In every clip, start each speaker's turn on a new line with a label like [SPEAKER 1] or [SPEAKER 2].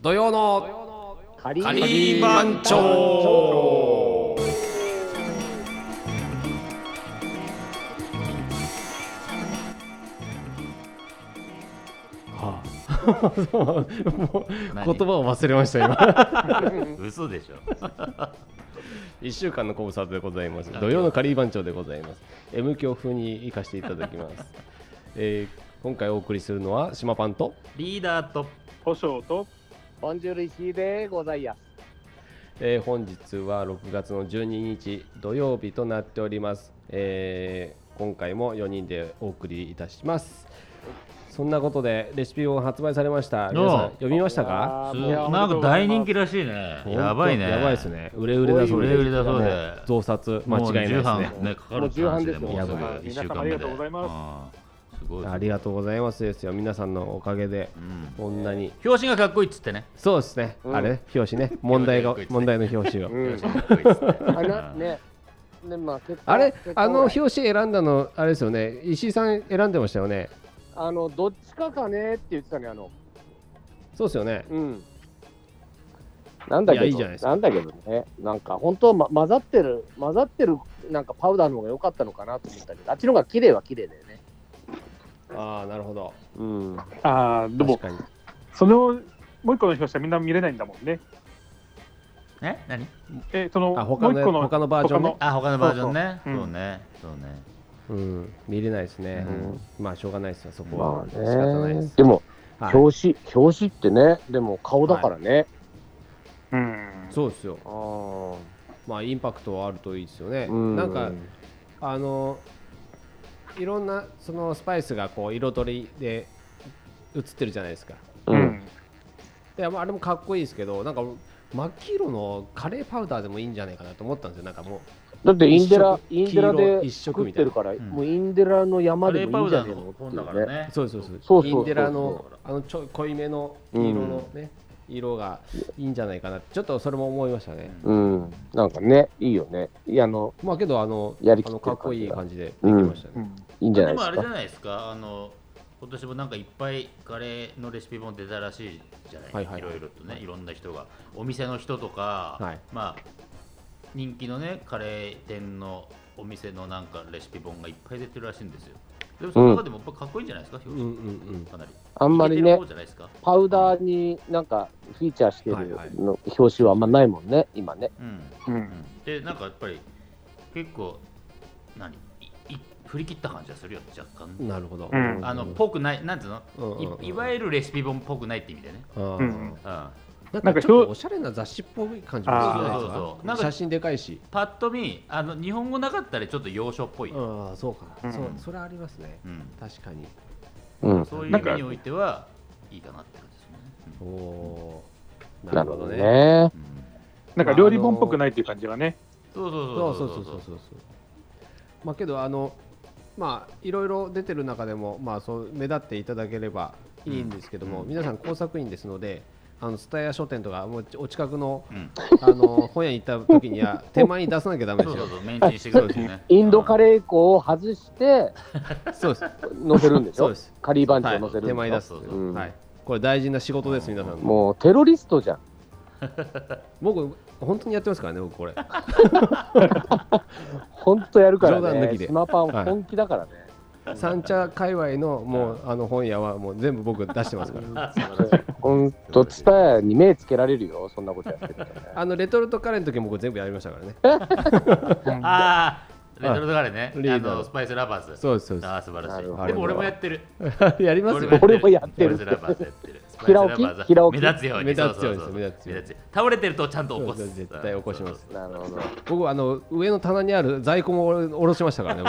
[SPEAKER 1] 土曜の
[SPEAKER 2] カリ
[SPEAKER 1] カリー番長
[SPEAKER 3] はあ、 そうもう言
[SPEAKER 4] 何
[SPEAKER 3] 葉を忘れました 今
[SPEAKER 4] 嘘でしょ
[SPEAKER 3] 1週間のご無沙汰でございます土曜のカリー番長でございます M 教風に生かしていただきます、えー今回お送りするのは島パンと、
[SPEAKER 4] リーダーと
[SPEAKER 5] 保証と
[SPEAKER 2] ボンジュール石井でございや
[SPEAKER 3] えー本日は6月の12日土曜日となっております、えー今回も4人でお送りいたしますそんなことでレシピ本発売されました皆さん
[SPEAKER 4] おう
[SPEAKER 3] 読みましたか
[SPEAKER 2] あ
[SPEAKER 4] す
[SPEAKER 2] ーいや
[SPEAKER 4] なんか大人気らしいね
[SPEAKER 3] 本当
[SPEAKER 4] やばいね
[SPEAKER 3] やばいですね。売れ売れだそうです。
[SPEAKER 4] 売れ売れだそうで
[SPEAKER 3] 増刷間違
[SPEAKER 4] もう
[SPEAKER 3] いない
[SPEAKER 4] 重
[SPEAKER 3] ですね。
[SPEAKER 4] 版ねかか
[SPEAKER 2] も
[SPEAKER 4] る
[SPEAKER 2] う重版ですよ
[SPEAKER 4] もうすぐ
[SPEAKER 3] やば
[SPEAKER 5] い
[SPEAKER 4] 一週間目で
[SPEAKER 5] 皆様ありがとうござい
[SPEAKER 4] うんすごい
[SPEAKER 3] ありがとうございますですよ。皆さんのおかげで、
[SPEAKER 4] うん
[SPEAKER 3] こんなに。
[SPEAKER 4] 表紙がかっこいいっつってね
[SPEAKER 3] そうですね。
[SPEAKER 2] うん
[SPEAKER 3] あれね、表紙ね。問題が
[SPEAKER 4] 表紙、
[SPEAKER 3] 問題の表紙が。
[SPEAKER 2] うん
[SPEAKER 4] かっこいいっつって
[SPEAKER 2] あなねねまあ結構
[SPEAKER 3] あれ
[SPEAKER 2] 結構、
[SPEAKER 3] あの表紙選んだの、あれですよね。石井さん選んでましたよね。
[SPEAKER 2] あのどっちかかねって言ってたねあの
[SPEAKER 3] そうですよね。
[SPEAKER 2] うんなんだけど
[SPEAKER 3] いやいいじゃないですか
[SPEAKER 2] んだけどねなんか本当、ま、混ざってる混ざってるなんかパウダーの方が良かったのかなと思ったけどあっちの方が綺麗は綺麗だよね
[SPEAKER 3] ああ、なるほど。
[SPEAKER 2] うん
[SPEAKER 5] ああで
[SPEAKER 3] 確
[SPEAKER 5] も
[SPEAKER 3] かに。
[SPEAKER 5] そのもう一個の表紙はみんな見れないんだもんね
[SPEAKER 4] え何
[SPEAKER 5] えその
[SPEAKER 3] あ
[SPEAKER 5] も
[SPEAKER 3] 他の
[SPEAKER 5] う一個の
[SPEAKER 3] 他のバージョンね
[SPEAKER 5] 他
[SPEAKER 4] あ他のバージョンね
[SPEAKER 5] そうそううん
[SPEAKER 4] そうねそうね
[SPEAKER 3] うん、見れないですね。
[SPEAKER 4] う
[SPEAKER 3] まあ、しょうがないですよ。そこ
[SPEAKER 2] ま
[SPEAKER 3] は。
[SPEAKER 2] あ
[SPEAKER 3] 仕方ないで
[SPEAKER 2] ね
[SPEAKER 3] す。
[SPEAKER 2] でも、
[SPEAKER 3] はい
[SPEAKER 2] 表紙表紙ってねでも顔だからね、
[SPEAKER 5] のうん
[SPEAKER 3] そうですよ。
[SPEAKER 2] あー
[SPEAKER 3] まあ、インパクトはあるといいですよね。
[SPEAKER 2] うん
[SPEAKER 3] なんか。あのいろんなそのスパイスがこう彩りで映ってるじゃないですか
[SPEAKER 2] う
[SPEAKER 5] うんん
[SPEAKER 3] でまああれもかっこいいですけどなんか真っ黄色のカレーパウダーでもいいんじゃないかなと思ったんですよなんかも
[SPEAKER 2] だってインデラ
[SPEAKER 3] 一色
[SPEAKER 2] インデラ
[SPEAKER 3] 黄色
[SPEAKER 2] で
[SPEAKER 3] 一色
[SPEAKER 2] 作っ
[SPEAKER 3] みた
[SPEAKER 2] て
[SPEAKER 3] いな
[SPEAKER 2] るから、
[SPEAKER 4] ん
[SPEAKER 2] もうインデラの山
[SPEAKER 4] カ
[SPEAKER 2] で
[SPEAKER 4] レーパ
[SPEAKER 2] もいいん
[SPEAKER 4] ウ
[SPEAKER 2] じゃ
[SPEAKER 4] ダ
[SPEAKER 2] ねえのってい
[SPEAKER 4] ーの本だからね
[SPEAKER 3] うそうそうそう
[SPEAKER 2] そうそうそうそう
[SPEAKER 3] インデラのあのちょ濃いめの黄色のね、色がいいんじゃないかなってちょっとそれも思いましたね、
[SPEAKER 2] うんなんかねいいよねいやあの
[SPEAKER 3] まあけどあの
[SPEAKER 2] やりき
[SPEAKER 3] あ
[SPEAKER 2] って
[SPEAKER 3] の
[SPEAKER 2] る感じが
[SPEAKER 3] かっこいい感じでできましたね、
[SPEAKER 5] うん
[SPEAKER 2] いいんじゃない
[SPEAKER 4] で
[SPEAKER 2] で
[SPEAKER 4] も
[SPEAKER 2] す
[SPEAKER 4] あれじ
[SPEAKER 2] か
[SPEAKER 4] ゃないですかあの今年もなんかいっぱいカレーのレシピ本出たらしいじゃない、
[SPEAKER 3] はい
[SPEAKER 4] い
[SPEAKER 3] はいはい
[SPEAKER 4] ろいろとねいろんな人がお店の人とか、
[SPEAKER 3] はい
[SPEAKER 4] まあ人気のねカレー店のお店のなんかレシピ本がいっぱい出てるらしいんですよでもその中でもやっぱかっこいいんじゃないですか、
[SPEAKER 3] うん
[SPEAKER 4] 表
[SPEAKER 3] うん
[SPEAKER 4] 紙
[SPEAKER 3] うん
[SPEAKER 4] かなり
[SPEAKER 2] あんまり
[SPEAKER 4] イケてる
[SPEAKER 2] ね
[SPEAKER 4] 方じゃないですか
[SPEAKER 2] パウダーになんかフィーチャーして
[SPEAKER 3] はい
[SPEAKER 2] る
[SPEAKER 3] はい
[SPEAKER 2] の表紙はあんまないもんね今ね
[SPEAKER 4] うん
[SPEAKER 5] うん
[SPEAKER 4] でなんかやっぱり結構何いい振り切った感じがするよ若干
[SPEAKER 3] なるほど、
[SPEAKER 5] うん
[SPEAKER 4] あのぽくないなんつうの、
[SPEAKER 3] うんうんうん
[SPEAKER 4] いいわゆるレシピ本っぽくないって意味でね、
[SPEAKER 3] あー
[SPEAKER 5] うん
[SPEAKER 4] うん、
[SPEAKER 3] なん
[SPEAKER 5] なん
[SPEAKER 3] か
[SPEAKER 5] か
[SPEAKER 3] ちょっとおしゃれな雑誌っぽい感じもするじゃない
[SPEAKER 5] あ
[SPEAKER 3] です
[SPEAKER 5] ー
[SPEAKER 4] そ
[SPEAKER 3] か
[SPEAKER 4] うそうそうなんか
[SPEAKER 3] 写真でかいし
[SPEAKER 4] パッと見あの日本語なかったらちょっと洋書っぽい、うん
[SPEAKER 3] ああそうか、
[SPEAKER 5] うん
[SPEAKER 3] そうそれありますね確かに
[SPEAKER 2] うん
[SPEAKER 4] そういう意味においてはいいかなって感じですね、
[SPEAKER 3] おおー
[SPEAKER 2] なるほどね
[SPEAKER 4] うん
[SPEAKER 5] なんか料理本っぽくないっていう感じがね
[SPEAKER 4] そうそう
[SPEAKER 3] そうそ
[SPEAKER 4] そうう
[SPEAKER 3] そ
[SPEAKER 4] そうう
[SPEAKER 3] そ
[SPEAKER 4] そ
[SPEAKER 3] そ
[SPEAKER 4] うう
[SPEAKER 3] うまあけどあのまあいろいろ出てる中でもまあそう目立っていただければいいんですけども、
[SPEAKER 4] うん
[SPEAKER 3] 皆さん工作員ですのであのスタヤ書店とかもうお近くの
[SPEAKER 4] うん
[SPEAKER 3] あの本屋に行った時に は手前に出さなきゃダメで
[SPEAKER 4] そ
[SPEAKER 3] す
[SPEAKER 4] う
[SPEAKER 3] よ
[SPEAKER 4] そうそうメンチンしてくるんですよね
[SPEAKER 2] インドカ
[SPEAKER 4] レ
[SPEAKER 2] レー粉を外して
[SPEAKER 3] そうです
[SPEAKER 2] 載せるんでし
[SPEAKER 3] そう
[SPEAKER 2] ょ
[SPEAKER 3] です
[SPEAKER 2] カリー番
[SPEAKER 3] は
[SPEAKER 2] 長
[SPEAKER 3] い
[SPEAKER 2] 載せ
[SPEAKER 3] 手
[SPEAKER 2] るん
[SPEAKER 3] 前
[SPEAKER 2] で
[SPEAKER 3] に出
[SPEAKER 2] し
[SPEAKER 3] す、
[SPEAKER 4] そうそう
[SPEAKER 2] うん
[SPEAKER 3] はいこれ大事な仕事です皆さん
[SPEAKER 2] ょもうテロリストじゃん
[SPEAKER 3] 僕本当にやってますからね僕これ
[SPEAKER 2] ほんとやるから
[SPEAKER 3] 冗談抜
[SPEAKER 2] ね
[SPEAKER 3] きで
[SPEAKER 2] スマパン
[SPEAKER 3] はい
[SPEAKER 2] 本気だからね
[SPEAKER 3] 三茶界隈のもうあの本屋はもう全部僕出してます から
[SPEAKER 4] ー素晴らしい
[SPEAKER 2] ほんとツタヤに目つけられるよそんなことやってるからね
[SPEAKER 3] あのレトルトカレーの時も僕全部やりましたからね
[SPEAKER 4] ああレトルトカレーね
[SPEAKER 3] リーダ
[SPEAKER 4] あ
[SPEAKER 3] ー
[SPEAKER 4] のスパイスラバーズ
[SPEAKER 3] そうですそうで
[SPEAKER 4] ああ素晴らし
[SPEAKER 2] なるほ
[SPEAKER 4] い
[SPEAKER 2] ど
[SPEAKER 4] でも俺も やってる
[SPEAKER 3] すやりますよ
[SPEAKER 2] ね俺もやってる
[SPEAKER 4] スパイスラバーズやってる
[SPEAKER 2] 平置き
[SPEAKER 4] スパイスラバー
[SPEAKER 2] 平置
[SPEAKER 4] ズ
[SPEAKER 2] き
[SPEAKER 4] 目立つように
[SPEAKER 3] 目立つように
[SPEAKER 4] そうそうそう
[SPEAKER 3] 目立つように
[SPEAKER 4] 目立つ倒れてるとちゃんと起こ
[SPEAKER 3] そ
[SPEAKER 4] す
[SPEAKER 3] うそう絶対起こします
[SPEAKER 2] なるほど
[SPEAKER 3] 僕あの上の棚にある在庫も下ろしましたからねも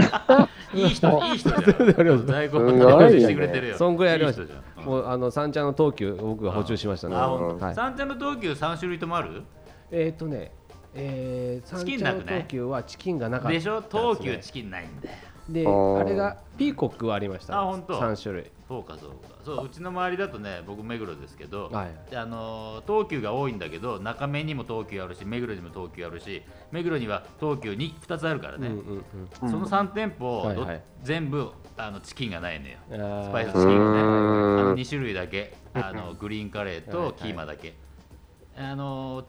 [SPEAKER 4] いい人、いい人じゃ
[SPEAKER 3] ります
[SPEAKER 4] ん。在庫
[SPEAKER 2] すごいね
[SPEAKER 4] をしてくれてるよ。
[SPEAKER 3] うそんぐらいやりまし
[SPEAKER 4] いい人じゃ
[SPEAKER 3] た
[SPEAKER 4] ん
[SPEAKER 3] もうあの三茶の東急僕が補充しましたね
[SPEAKER 4] あ、本当。
[SPEAKER 3] はい
[SPEAKER 4] 三茶の東急三種類ともある。
[SPEAKER 3] えっとねえー
[SPEAKER 4] チキ
[SPEAKER 3] 三
[SPEAKER 4] ン
[SPEAKER 3] 茶
[SPEAKER 4] なく
[SPEAKER 3] の
[SPEAKER 4] ね
[SPEAKER 3] 東急はチキンがなかった
[SPEAKER 4] でしょ、東急
[SPEAKER 3] ですね
[SPEAKER 4] チキンないんだよ。
[SPEAKER 3] で
[SPEAKER 2] あー
[SPEAKER 3] あれがピーコックはありました
[SPEAKER 4] あ本当
[SPEAKER 3] 3種類
[SPEAKER 4] そうかそうかそううちの周りだとね僕目黒ですけど、
[SPEAKER 3] はい
[SPEAKER 4] であのー東急が多いんだけど中目にも東急あるし目黒にも東急あるし目黒には東急に2つあるから
[SPEAKER 3] うんう
[SPEAKER 4] ね、
[SPEAKER 3] ん
[SPEAKER 5] うん
[SPEAKER 4] その3店舗、
[SPEAKER 3] はい
[SPEAKER 4] ど
[SPEAKER 3] はい
[SPEAKER 4] 全部あのチキンがないのよ
[SPEAKER 3] うんあー
[SPEAKER 4] スパイスチ
[SPEAKER 2] 好
[SPEAKER 4] キン
[SPEAKER 2] き
[SPEAKER 4] が
[SPEAKER 2] うん
[SPEAKER 4] ねあの2種類だけあのグリーンカレー
[SPEAKER 3] はいは
[SPEAKER 4] と
[SPEAKER 3] い
[SPEAKER 4] キーマだけ、あのー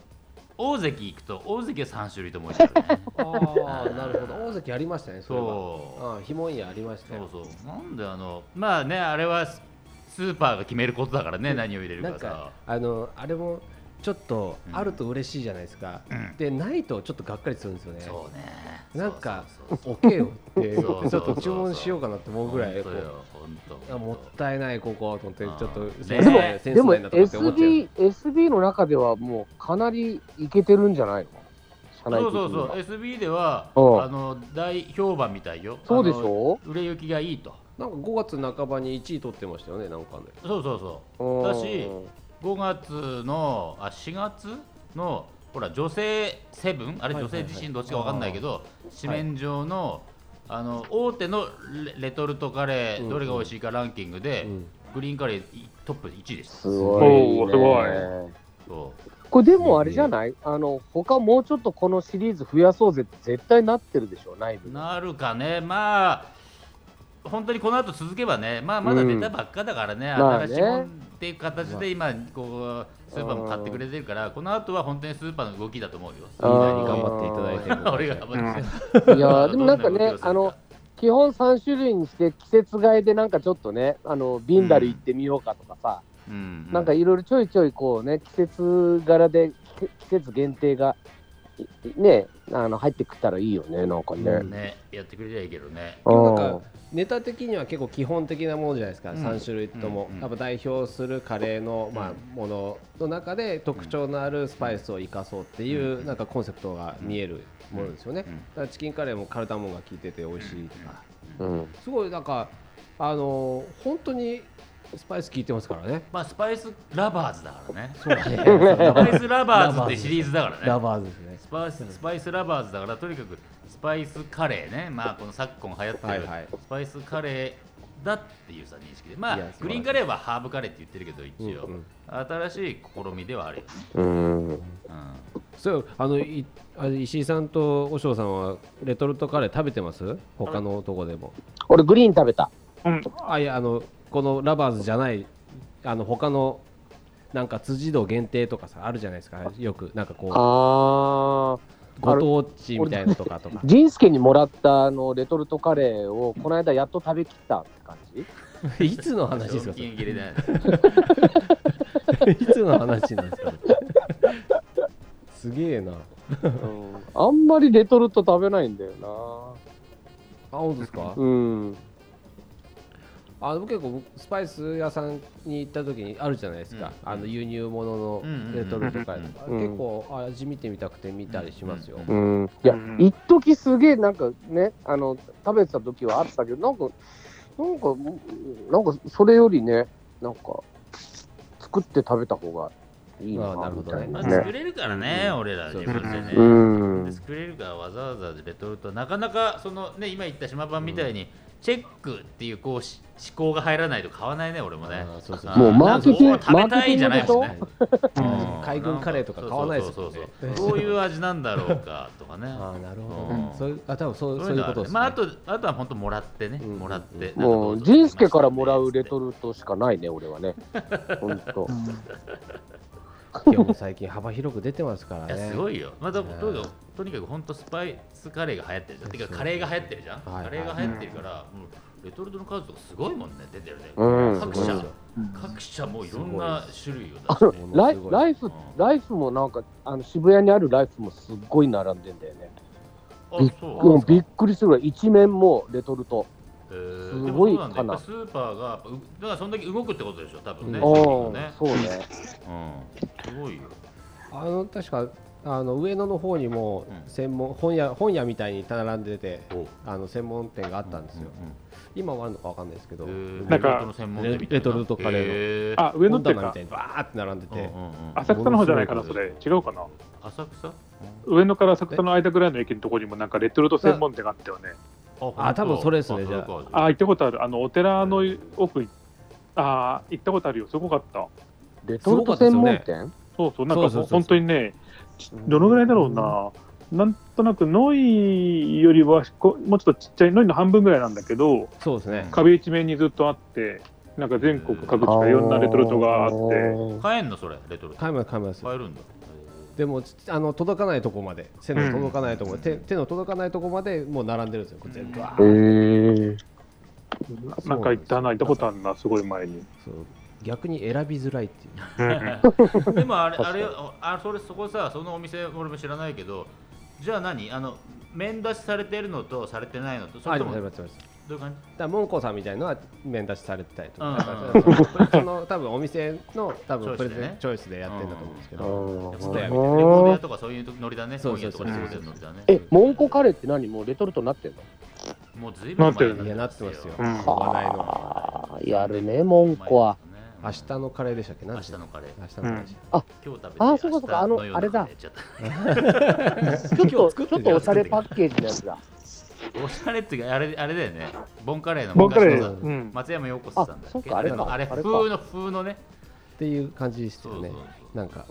[SPEAKER 4] 大関行くと大関は3種類とも一緒だね
[SPEAKER 3] ああなるほど大関ありましたねそれは
[SPEAKER 4] そう
[SPEAKER 3] ああひもんやありましたよ
[SPEAKER 4] そうそうなんであのまあねあれはススーパーが決めることだからね、何を入れる
[SPEAKER 3] なん
[SPEAKER 4] か
[SPEAKER 3] か
[SPEAKER 4] さ
[SPEAKER 3] あのあれもちょっと
[SPEAKER 4] うん
[SPEAKER 3] あると嬉しいじゃないですか、でないとちょっとがっかりするんですよね
[SPEAKER 4] そうね
[SPEAKER 3] なんか
[SPEAKER 4] そうそうそう
[SPEAKER 3] おけよって
[SPEAKER 4] そうそうそう
[SPEAKER 3] ちょっと注文しようかなって思うぐらい
[SPEAKER 4] 本
[SPEAKER 3] こ
[SPEAKER 4] 当よ
[SPEAKER 3] う
[SPEAKER 4] 本当
[SPEAKER 3] あもったいないここと思ってちょっ
[SPEAKER 4] あ
[SPEAKER 3] と
[SPEAKER 4] ー
[SPEAKER 3] センスない
[SPEAKER 4] ね
[SPEAKER 3] セン
[SPEAKER 2] で
[SPEAKER 3] ス
[SPEAKER 2] も
[SPEAKER 3] ないなとかって思っちゃう
[SPEAKER 2] SB, SB の中ではもうかなりいけてるんじゃないの社内
[SPEAKER 4] そう
[SPEAKER 2] 的に
[SPEAKER 4] そ
[SPEAKER 2] は
[SPEAKER 4] うそう SB では
[SPEAKER 2] うん
[SPEAKER 4] あの大評判みたいよ
[SPEAKER 2] そうでし
[SPEAKER 4] あの
[SPEAKER 2] ょ
[SPEAKER 4] 売れ行きがいいと
[SPEAKER 3] なんか5月半ばに1位取ってましたよねなんかね
[SPEAKER 4] そうそうそう
[SPEAKER 2] うん
[SPEAKER 4] だし5月のあ4月のほら女性セブンあれ
[SPEAKER 3] はい
[SPEAKER 4] 女
[SPEAKER 3] はいはい
[SPEAKER 4] 性自身どっちかわかんないけど紙面上のあの大手のレレトルトカレ
[SPEAKER 3] うん
[SPEAKER 4] ーどれが美味しいかランキングで
[SPEAKER 3] うん
[SPEAKER 4] グリーンカレーいトップ1位でした
[SPEAKER 2] すごい、
[SPEAKER 5] お
[SPEAKER 2] ね。
[SPEAKER 5] ーすごい
[SPEAKER 4] そう
[SPEAKER 2] これでもあれじゃない、あの他もうちょっとこのシリーズ増やそうぜって絶対なってるでしょ、内部で。
[SPEAKER 4] なるかねまあ本当にこの後続けばねまあまだ出たばっかだからね、
[SPEAKER 2] まあね
[SPEAKER 4] 新しいもんっていう形で今こうスーパーも買ってくれてるからこの後は本当にスーパーの動きだと思うよ。
[SPEAKER 2] あー
[SPEAKER 3] みんなに頑張っていただいて
[SPEAKER 4] 俺が頑張って
[SPEAKER 2] いやーでもなんか
[SPEAKER 4] ど動
[SPEAKER 2] ね
[SPEAKER 4] きをする、
[SPEAKER 2] あの基本3種類にして季節替えでなんかちょっとね、あのビンダル行ってみようかとかさ、
[SPEAKER 4] うん
[SPEAKER 2] なんかいろいろちょいちょいこうね、季節柄でき季節限定がいね、あの入ってくったらいいよね、なんかね。
[SPEAKER 3] うん
[SPEAKER 4] ね、やってくれりゃいいけどね。
[SPEAKER 3] でも
[SPEAKER 2] うん
[SPEAKER 3] なんかネタ的には結構基本的なものじゃないですか、
[SPEAKER 4] うん
[SPEAKER 3] 3種類とも、
[SPEAKER 4] うん
[SPEAKER 3] やっぱ代表するカレーの、まあ、ものの中で特徴のあるスパイスを生かそうっていう、
[SPEAKER 4] うん
[SPEAKER 3] なんかコンセプトが見えるものですよね、
[SPEAKER 4] うん
[SPEAKER 3] だからチキンカレーもカルダモンが効いてて美味しいとか、
[SPEAKER 2] うん
[SPEAKER 3] すごいなんかあのー本当にスパイス効いてますからね
[SPEAKER 4] まあ、スパイスラバーズだからね。
[SPEAKER 3] そうだね
[SPEAKER 4] スパイスラバーズってシリーズだから
[SPEAKER 3] ラ
[SPEAKER 4] ね。
[SPEAKER 3] バーズですね
[SPEAKER 4] スパイススパイスラバーズだから、とにかくスパイスカレーね。まあ、この昨今流行ってる、
[SPEAKER 3] はいはい
[SPEAKER 4] スパイスカレーだっていうさ、認識で。まあ
[SPEAKER 3] いや素晴らしい、
[SPEAKER 4] グリーンカレーはハーブカレーって言ってるけど、一応、
[SPEAKER 3] うんうん
[SPEAKER 4] 新しい試みではあるよね。
[SPEAKER 2] うん
[SPEAKER 4] うん
[SPEAKER 3] そうあのいあれ石井さんと和尚さんはレトルトカレー食べてます他のとこでも
[SPEAKER 2] 俺、グリーン食べた。
[SPEAKER 5] うん、
[SPEAKER 3] あいやあのこのラバーズじゃないあの他のなんか辻堂限定とかさあるじゃないですかよくなんかこ
[SPEAKER 2] あー。
[SPEAKER 3] うご当地みたいなのとかとか
[SPEAKER 2] 仁助にもらったあのレトルトカレーをこの間やっと食べきったって感 じ
[SPEAKER 3] いつの話ですか
[SPEAKER 4] 賞
[SPEAKER 3] それ
[SPEAKER 4] 金切 れだよね
[SPEAKER 3] いつの話なんですかそれ すげえな
[SPEAKER 2] うんあんまりレトルト食べないんだよ
[SPEAKER 3] あ本当ですか
[SPEAKER 2] なうん
[SPEAKER 3] あの結構僕スパイス屋さんに行った時にあるじゃないですか、
[SPEAKER 4] うん
[SPEAKER 3] あの輸入物の
[SPEAKER 4] うんうんうんうん
[SPEAKER 3] レトルトカレーとか、
[SPEAKER 2] うん
[SPEAKER 3] 結構あ味見てみたくて見たりしますよ、
[SPEAKER 4] うんうん
[SPEAKER 2] うんいや
[SPEAKER 5] うん
[SPEAKER 2] 一時すげえなんかねあの食べてた時はあったけどなんかなんかなんかそれよりねなんか作って食べた方がいい
[SPEAKER 3] あ
[SPEAKER 2] な
[SPEAKER 3] ーなるほ
[SPEAKER 2] み
[SPEAKER 3] ど
[SPEAKER 2] た
[SPEAKER 3] ね
[SPEAKER 2] い
[SPEAKER 4] ま
[SPEAKER 2] な
[SPEAKER 4] あ、
[SPEAKER 2] ね
[SPEAKER 4] 作れるからね、俺ら自分でね。
[SPEAKER 2] うん
[SPEAKER 4] 作れるからわざわざレトルトなかなかそのね今言った島版みたいにチェックっていうこうし思考が入らないと買わないね俺もね
[SPEAKER 3] あーそうそう
[SPEAKER 4] あー
[SPEAKER 2] もうマーケティング
[SPEAKER 4] なんかこう食べたいじゃないもんね
[SPEAKER 5] うん
[SPEAKER 3] 海軍カレーとか買わないですもんね
[SPEAKER 4] そうそうそうそうどういう味なんだろう かとかね
[SPEAKER 3] ああなるほど、
[SPEAKER 4] うん
[SPEAKER 3] そういうあ多分そ
[SPEAKER 4] そうう
[SPEAKER 3] そういうことです、ね
[SPEAKER 4] まああとあとは本当もらってね、
[SPEAKER 3] うん
[SPEAKER 4] もらって
[SPEAKER 2] もう仁助からもらうレトルトしかないね俺はねほんと
[SPEAKER 3] 今日も最近幅広く出てますから
[SPEAKER 4] いや
[SPEAKER 3] ね
[SPEAKER 4] すごいよ、まあ、だ
[SPEAKER 3] ね
[SPEAKER 4] とにかくとにかく本当スパイスカレーが流行ってるじゃんてかカレーが流行ってるじゃん、
[SPEAKER 3] はいはい
[SPEAKER 4] カレーが流行ってるから、もうレトルトの数とかすごいもんね出てるね、
[SPEAKER 2] うん
[SPEAKER 4] 各
[SPEAKER 3] すごい
[SPEAKER 4] 社
[SPEAKER 3] ですよ
[SPEAKER 4] 各社もういろんな種類を出
[SPEAKER 2] あ
[SPEAKER 4] して
[SPEAKER 2] のライ
[SPEAKER 3] すごい
[SPEAKER 2] ライフ、ライフもなんか、あの渋谷にあるライフもすっごい並んでんだよね。
[SPEAKER 4] あ
[SPEAKER 2] びっ
[SPEAKER 4] そう
[SPEAKER 2] うんびっくりするぐらい、一面もうレトルト。
[SPEAKER 4] えー
[SPEAKER 2] すごい
[SPEAKER 4] でもそうなんだ
[SPEAKER 2] かな
[SPEAKER 4] やっぱスーパーがやっぱうだからそんだけ動くってことでしょ多分ね,、
[SPEAKER 3] う
[SPEAKER 4] うんん、
[SPEAKER 2] お
[SPEAKER 4] ね
[SPEAKER 2] ーそうね。
[SPEAKER 4] うん、すごいよ
[SPEAKER 3] あの確かあの上野の方にも
[SPEAKER 4] うん
[SPEAKER 3] 専門、本屋本屋みたいに並んでて
[SPEAKER 4] お
[SPEAKER 3] あの専門店があったんですよ、今はあるのかわかんないですけど、
[SPEAKER 4] うんうんえー
[SPEAKER 5] なんか
[SPEAKER 4] レトルトの専門店みたいな
[SPEAKER 3] レトルトカレーの
[SPEAKER 4] へー
[SPEAKER 5] あ、上野っ
[SPEAKER 3] 本
[SPEAKER 5] て
[SPEAKER 3] 棚み
[SPEAKER 5] か
[SPEAKER 3] たい、にバーって並んで
[SPEAKER 4] うんう
[SPEAKER 3] て、
[SPEAKER 4] んうん
[SPEAKER 5] 浅草の方じゃないかな、それ。違うかな。
[SPEAKER 4] 浅草
[SPEAKER 5] 上野から浅草の間ぐらいの駅のところにも、なんかレトルト専門店があったよね。
[SPEAKER 4] あ
[SPEAKER 3] 多分それですねじゃ
[SPEAKER 5] あ行ったことある。あの、お寺の奥行っあー行ったことあるよ。すごかった。
[SPEAKER 2] レトルト専門店
[SPEAKER 5] そうそう、なん
[SPEAKER 3] そ
[SPEAKER 5] か
[SPEAKER 3] うそうそうそう
[SPEAKER 5] 本当にね、どのぐらいだろうな。なんとなく、ノイよりはこもうちょっとちっちゃい、ノイの半分ぐらいなんだけど、
[SPEAKER 3] そうですね。
[SPEAKER 5] 壁一面にずっとあって、なんか全国各地からいろんなレトルトがあって、
[SPEAKER 2] て
[SPEAKER 4] 買えんのそれレトルト
[SPEAKER 3] 買います買います
[SPEAKER 4] 買えるんだ
[SPEAKER 3] でもちあの届かないとこまで手の届かないとこまで、
[SPEAKER 4] うん
[SPEAKER 3] 手手の届かないとこまでもう並んでるんですよ全部わ
[SPEAKER 2] へ
[SPEAKER 3] ー
[SPEAKER 2] え
[SPEAKER 5] なんか行ったな、行ったことあるな、すごい前に。
[SPEAKER 3] そう逆に選びづらいっていう
[SPEAKER 4] へえ でもあれ
[SPEAKER 2] 確か
[SPEAKER 4] あ
[SPEAKER 2] に
[SPEAKER 4] れあそれそこさそのお店俺も知らないけどじゃあ何あの面出しされてるのとされてないのとそ
[SPEAKER 3] あ
[SPEAKER 4] れ
[SPEAKER 3] り
[SPEAKER 4] と
[SPEAKER 3] ま
[SPEAKER 4] も
[SPEAKER 3] すあり
[SPEAKER 4] ど
[SPEAKER 3] ますあります
[SPEAKER 4] ういう感
[SPEAKER 3] だからモンコさんみたいのは面出しされてたりとか、
[SPEAKER 4] うん
[SPEAKER 3] そのそのその多分お店の多分プ
[SPEAKER 4] チョイ
[SPEAKER 3] レ
[SPEAKER 4] ス
[SPEAKER 3] ゼン、
[SPEAKER 4] でね
[SPEAKER 3] チョイスでやってんだと思うんですけ
[SPEAKER 2] う
[SPEAKER 3] ど、
[SPEAKER 2] ん
[SPEAKER 4] じレ
[SPEAKER 3] や
[SPEAKER 4] コード屋とかそういうノリだね
[SPEAKER 3] そ
[SPEAKER 4] そううい
[SPEAKER 3] そうう
[SPEAKER 4] と
[SPEAKER 3] そ
[SPEAKER 4] こ
[SPEAKER 3] う
[SPEAKER 4] でそういうノリだね
[SPEAKER 2] えモンコカレーって何もうレトルトになってんの
[SPEAKER 4] もうずいぶん前
[SPEAKER 5] うん
[SPEAKER 3] いやなってますよ、
[SPEAKER 5] う
[SPEAKER 3] 話題
[SPEAKER 5] ん
[SPEAKER 3] の
[SPEAKER 2] ああやるねモンコは
[SPEAKER 3] 明日のカレーでしたっけ何
[SPEAKER 4] 明
[SPEAKER 3] でし
[SPEAKER 4] 日
[SPEAKER 3] たっ
[SPEAKER 4] のカレー
[SPEAKER 3] け明日のカレーでしたっ
[SPEAKER 4] 今日食べて
[SPEAKER 2] あそうかそうかあの
[SPEAKER 4] 明日夜
[SPEAKER 2] あれだ
[SPEAKER 4] カレーやっちゃっ
[SPEAKER 2] ちょっと
[SPEAKER 3] 作っ
[SPEAKER 2] ち
[SPEAKER 3] て
[SPEAKER 2] ょっ
[SPEAKER 3] んじ
[SPEAKER 2] と
[SPEAKER 3] ゃん
[SPEAKER 2] おしゃれパッケージのやつだ
[SPEAKER 4] たおしゃれっていうかあれあれだよねボンカレーの
[SPEAKER 5] ボンカレ
[SPEAKER 4] 昔のさ
[SPEAKER 5] ー、うん。
[SPEAKER 4] 松山陽子さんだっけ
[SPEAKER 2] あそっかあれか
[SPEAKER 4] のあれ
[SPEAKER 2] あれか
[SPEAKER 4] 風の風のね
[SPEAKER 3] ていう感じでした
[SPEAKER 4] そう
[SPEAKER 3] よ
[SPEAKER 4] そう
[SPEAKER 3] ね
[SPEAKER 4] そう
[SPEAKER 3] なんか
[SPEAKER 2] あ
[SPEAKER 4] あ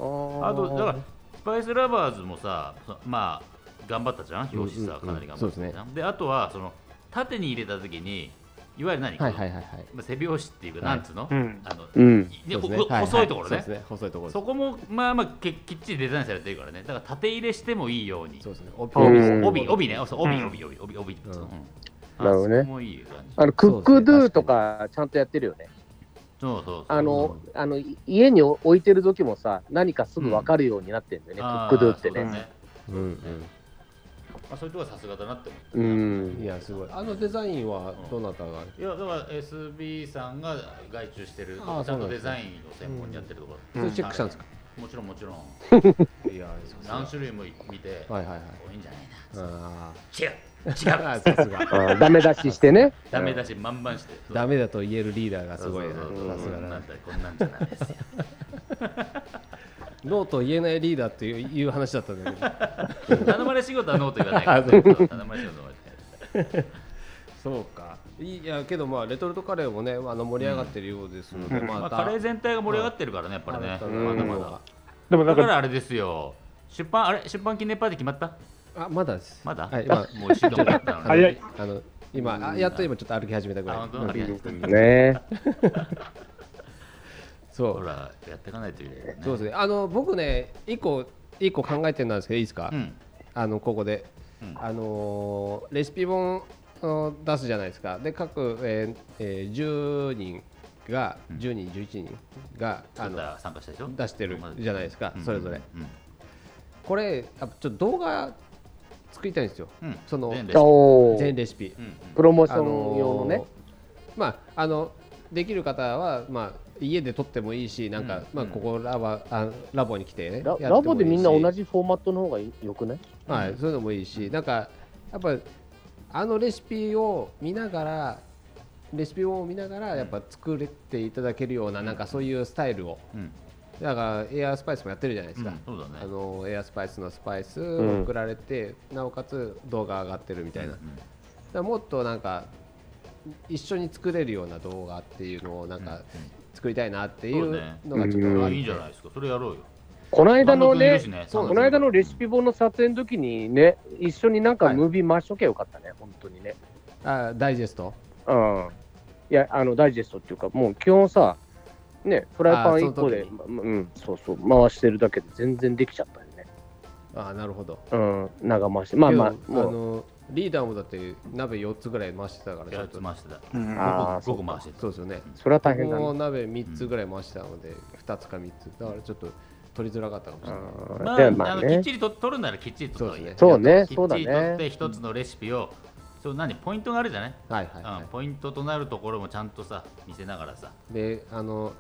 [SPEAKER 4] とだからスパイスラバーズもさそまあ頑張ったじゃん表紙さ
[SPEAKER 3] うんうんうん
[SPEAKER 4] かなり頑張ったじゃん、
[SPEAKER 3] そう
[SPEAKER 4] であとはその縦に入れた時にいわゆる何、
[SPEAKER 3] はいはい
[SPEAKER 4] こ
[SPEAKER 3] はいはい
[SPEAKER 4] のまあ、背表紙っていうか、
[SPEAKER 3] はい
[SPEAKER 4] なんつうの、
[SPEAKER 5] うん
[SPEAKER 4] あの
[SPEAKER 2] うん
[SPEAKER 4] いや
[SPEAKER 3] そうです
[SPEAKER 4] こ
[SPEAKER 3] ね
[SPEAKER 4] こ細いところね,、
[SPEAKER 3] ははそうですね細いところです
[SPEAKER 4] そこもまあまあけきっちりデザインされてるからねだから縦入れしてもいいように
[SPEAKER 3] そうですね
[SPEAKER 2] うん
[SPEAKER 4] 帯帯ねそう帯
[SPEAKER 5] うん
[SPEAKER 4] 帯帯帯帯帯、
[SPEAKER 3] うん
[SPEAKER 4] そう
[SPEAKER 2] なるほどね
[SPEAKER 4] あそこもいい感じ
[SPEAKER 2] あのクックドゥとかちゃんとやってるよね
[SPEAKER 4] そうそうそう
[SPEAKER 2] あの、あのい家に置いてる時もさ、何かすぐ分かるようになってんだよね、
[SPEAKER 4] あー
[SPEAKER 2] クックドゥって
[SPEAKER 4] そうだ
[SPEAKER 2] ね。
[SPEAKER 4] ね
[SPEAKER 3] うんうん
[SPEAKER 4] まあ、そういうとこはさすがだなって思って
[SPEAKER 2] う
[SPEAKER 3] い
[SPEAKER 2] ん。
[SPEAKER 3] やすごいあのデザインはどなたが、
[SPEAKER 4] いやだから SB さんが外注してる
[SPEAKER 3] あー
[SPEAKER 4] ちゃん
[SPEAKER 3] そ
[SPEAKER 4] と
[SPEAKER 3] うなん
[SPEAKER 4] デ
[SPEAKER 3] ですね
[SPEAKER 4] ザインを専門にやってるところ、
[SPEAKER 5] う
[SPEAKER 3] そ
[SPEAKER 5] ん
[SPEAKER 3] れチェックしたんですか、
[SPEAKER 4] もちろんもちろん
[SPEAKER 3] いやさすが
[SPEAKER 4] 何種類も見て、
[SPEAKER 3] はいはいはい
[SPEAKER 4] い、いんじゃないな
[SPEAKER 3] あ
[SPEAKER 4] 違
[SPEAKER 3] あ
[SPEAKER 4] う違う
[SPEAKER 3] さすが
[SPEAKER 2] あーダメ出ししてね。
[SPEAKER 4] ダメだし満々して
[SPEAKER 3] ダメだと言えるリーダーがす
[SPEAKER 4] そう
[SPEAKER 3] ごい
[SPEAKER 4] そ
[SPEAKER 3] な
[SPEAKER 4] うそう
[SPEAKER 3] さす
[SPEAKER 4] こ
[SPEAKER 3] が
[SPEAKER 4] ん
[SPEAKER 3] だ
[SPEAKER 4] な
[SPEAKER 3] なん
[SPEAKER 4] だこんなんじゃないですよ
[SPEAKER 3] ノーと言えないリーダーっていういう話だったんだ けど
[SPEAKER 4] 頼まれ仕事はノーと言わないか
[SPEAKER 3] あ
[SPEAKER 4] ら
[SPEAKER 3] そう
[SPEAKER 4] そう頼まれ仕事はノーって
[SPEAKER 3] そうかいいやけどまあレトルトカレーもねあの盛り上がってるようですので、
[SPEAKER 5] うん
[SPEAKER 4] ま
[SPEAKER 3] ま
[SPEAKER 4] あ、
[SPEAKER 3] た、
[SPEAKER 4] カレー全体が盛り上がってるからねやっぱりね
[SPEAKER 3] また
[SPEAKER 4] まだまだ
[SPEAKER 5] でも
[SPEAKER 4] だ
[SPEAKER 5] な
[SPEAKER 4] か
[SPEAKER 5] んか、
[SPEAKER 4] らあれですよ出版あれ出版記念パーティー決まった
[SPEAKER 3] あまだです
[SPEAKER 4] まだ、
[SPEAKER 3] はい今
[SPEAKER 4] もう一 度もらったのに
[SPEAKER 5] 早い。
[SPEAKER 3] あの今あやっと今ちょっと歩き始めたぐ
[SPEAKER 4] あ
[SPEAKER 3] らい
[SPEAKER 4] 本当ありがとうございます
[SPEAKER 2] ね
[SPEAKER 3] そ
[SPEAKER 4] ほ
[SPEAKER 3] う
[SPEAKER 4] らやっていかないといけないよね
[SPEAKER 3] そうですねあの僕ね一個一個考えてるんですけどいいですか、
[SPEAKER 4] うん
[SPEAKER 3] あのここで
[SPEAKER 4] うん
[SPEAKER 3] あのーレシピ本を出すじゃないですかで各、えーえー10人が
[SPEAKER 4] うん
[SPEAKER 3] 10人11人が、あ
[SPEAKER 4] あ
[SPEAKER 3] の
[SPEAKER 4] の参加したでしょ
[SPEAKER 3] 出してるじゃないですか
[SPEAKER 4] うん
[SPEAKER 3] それぞれ
[SPEAKER 4] うん
[SPEAKER 3] これやっぱちょっと動画作りたいんですよ、
[SPEAKER 4] うん
[SPEAKER 3] その
[SPEAKER 4] 全レシ
[SPEAKER 2] え。お
[SPEAKER 3] 全
[SPEAKER 2] ー
[SPEAKER 3] レシピ、
[SPEAKER 4] うんうん
[SPEAKER 2] プロモーション用の
[SPEAKER 3] あ
[SPEAKER 2] ね
[SPEAKER 3] のー。まああのできる方は、まあ、家で撮ってもいいしなんか、
[SPEAKER 4] うん
[SPEAKER 3] まあ、ここラボあラボに来てね
[SPEAKER 2] ラ
[SPEAKER 3] やってもいいし
[SPEAKER 2] ラボでみんな同じフォーマットの方がよくない
[SPEAKER 3] はい、そういうのもいいし、なんかやっぱあのレシピを見ながら、レシピ本を見ながら、やっぱ作れていただけるような、なんかそういうスタイルを、
[SPEAKER 4] うん
[SPEAKER 3] だからエアスパイスもやってるじゃないですか、
[SPEAKER 4] うんそうだね
[SPEAKER 3] あのエアスパイスのスパイス
[SPEAKER 2] ん
[SPEAKER 3] を送られて、なおかつ動画上がってるみたいな、だからもっとなんか、一緒に作れるような動画っていうのを、なんか作りたいなっていう
[SPEAKER 4] そうね
[SPEAKER 3] のがちょっ
[SPEAKER 2] う
[SPEAKER 3] と
[SPEAKER 4] う
[SPEAKER 3] あ
[SPEAKER 4] ん
[SPEAKER 3] っ
[SPEAKER 4] いいんじ
[SPEAKER 3] て
[SPEAKER 4] ゃないですかそれやろうよ
[SPEAKER 2] この間の
[SPEAKER 4] バンド君いる
[SPEAKER 2] ね
[SPEAKER 4] し、ね
[SPEAKER 2] この間のレシピ本の撮影の時にね、一緒になんか
[SPEAKER 3] はい
[SPEAKER 2] ムービー回しときゃよかったね、本当にね。
[SPEAKER 3] あダイジェスト
[SPEAKER 2] うん。いや、あの、ダイジェストっていうか、もう基本さ、ね、フライパン1個
[SPEAKER 3] あ
[SPEAKER 2] で、
[SPEAKER 3] ーそ
[SPEAKER 2] まうん、そうそう、回してるだけで全然できちゃったよね。
[SPEAKER 3] あなるほど。
[SPEAKER 2] うん、長回し。まあまあ、
[SPEAKER 3] けどあ
[SPEAKER 2] もう、
[SPEAKER 3] のリーダーもだって鍋4つぐらい回してたからちょ
[SPEAKER 4] や
[SPEAKER 3] っ
[SPEAKER 4] つ
[SPEAKER 3] と
[SPEAKER 4] 回してた
[SPEAKER 5] うん
[SPEAKER 2] あー
[SPEAKER 4] 5個回してた
[SPEAKER 3] そうですよね
[SPEAKER 2] それは大
[SPEAKER 3] 僕
[SPEAKER 2] 変だ
[SPEAKER 3] も
[SPEAKER 2] ね。
[SPEAKER 3] 鍋3つぐらい回してたので2つか3つだからちょっと取りづらかったかもしれない
[SPEAKER 4] ま
[SPEAKER 2] ま
[SPEAKER 4] あ、
[SPEAKER 2] あ、ま
[SPEAKER 4] あ
[SPEAKER 2] あ
[SPEAKER 4] のきっ
[SPEAKER 2] ね。
[SPEAKER 4] ちりと取るならきっちりと取るよ
[SPEAKER 2] そうね
[SPEAKER 4] きっち
[SPEAKER 2] そうだ
[SPEAKER 4] り取っ
[SPEAKER 2] ね。
[SPEAKER 4] て一つのレシピをそう何ポイントがあるじゃない
[SPEAKER 3] はいはいは
[SPEAKER 4] うんポイントとなるところもちゃんとさ見せながら さ
[SPEAKER 3] いであの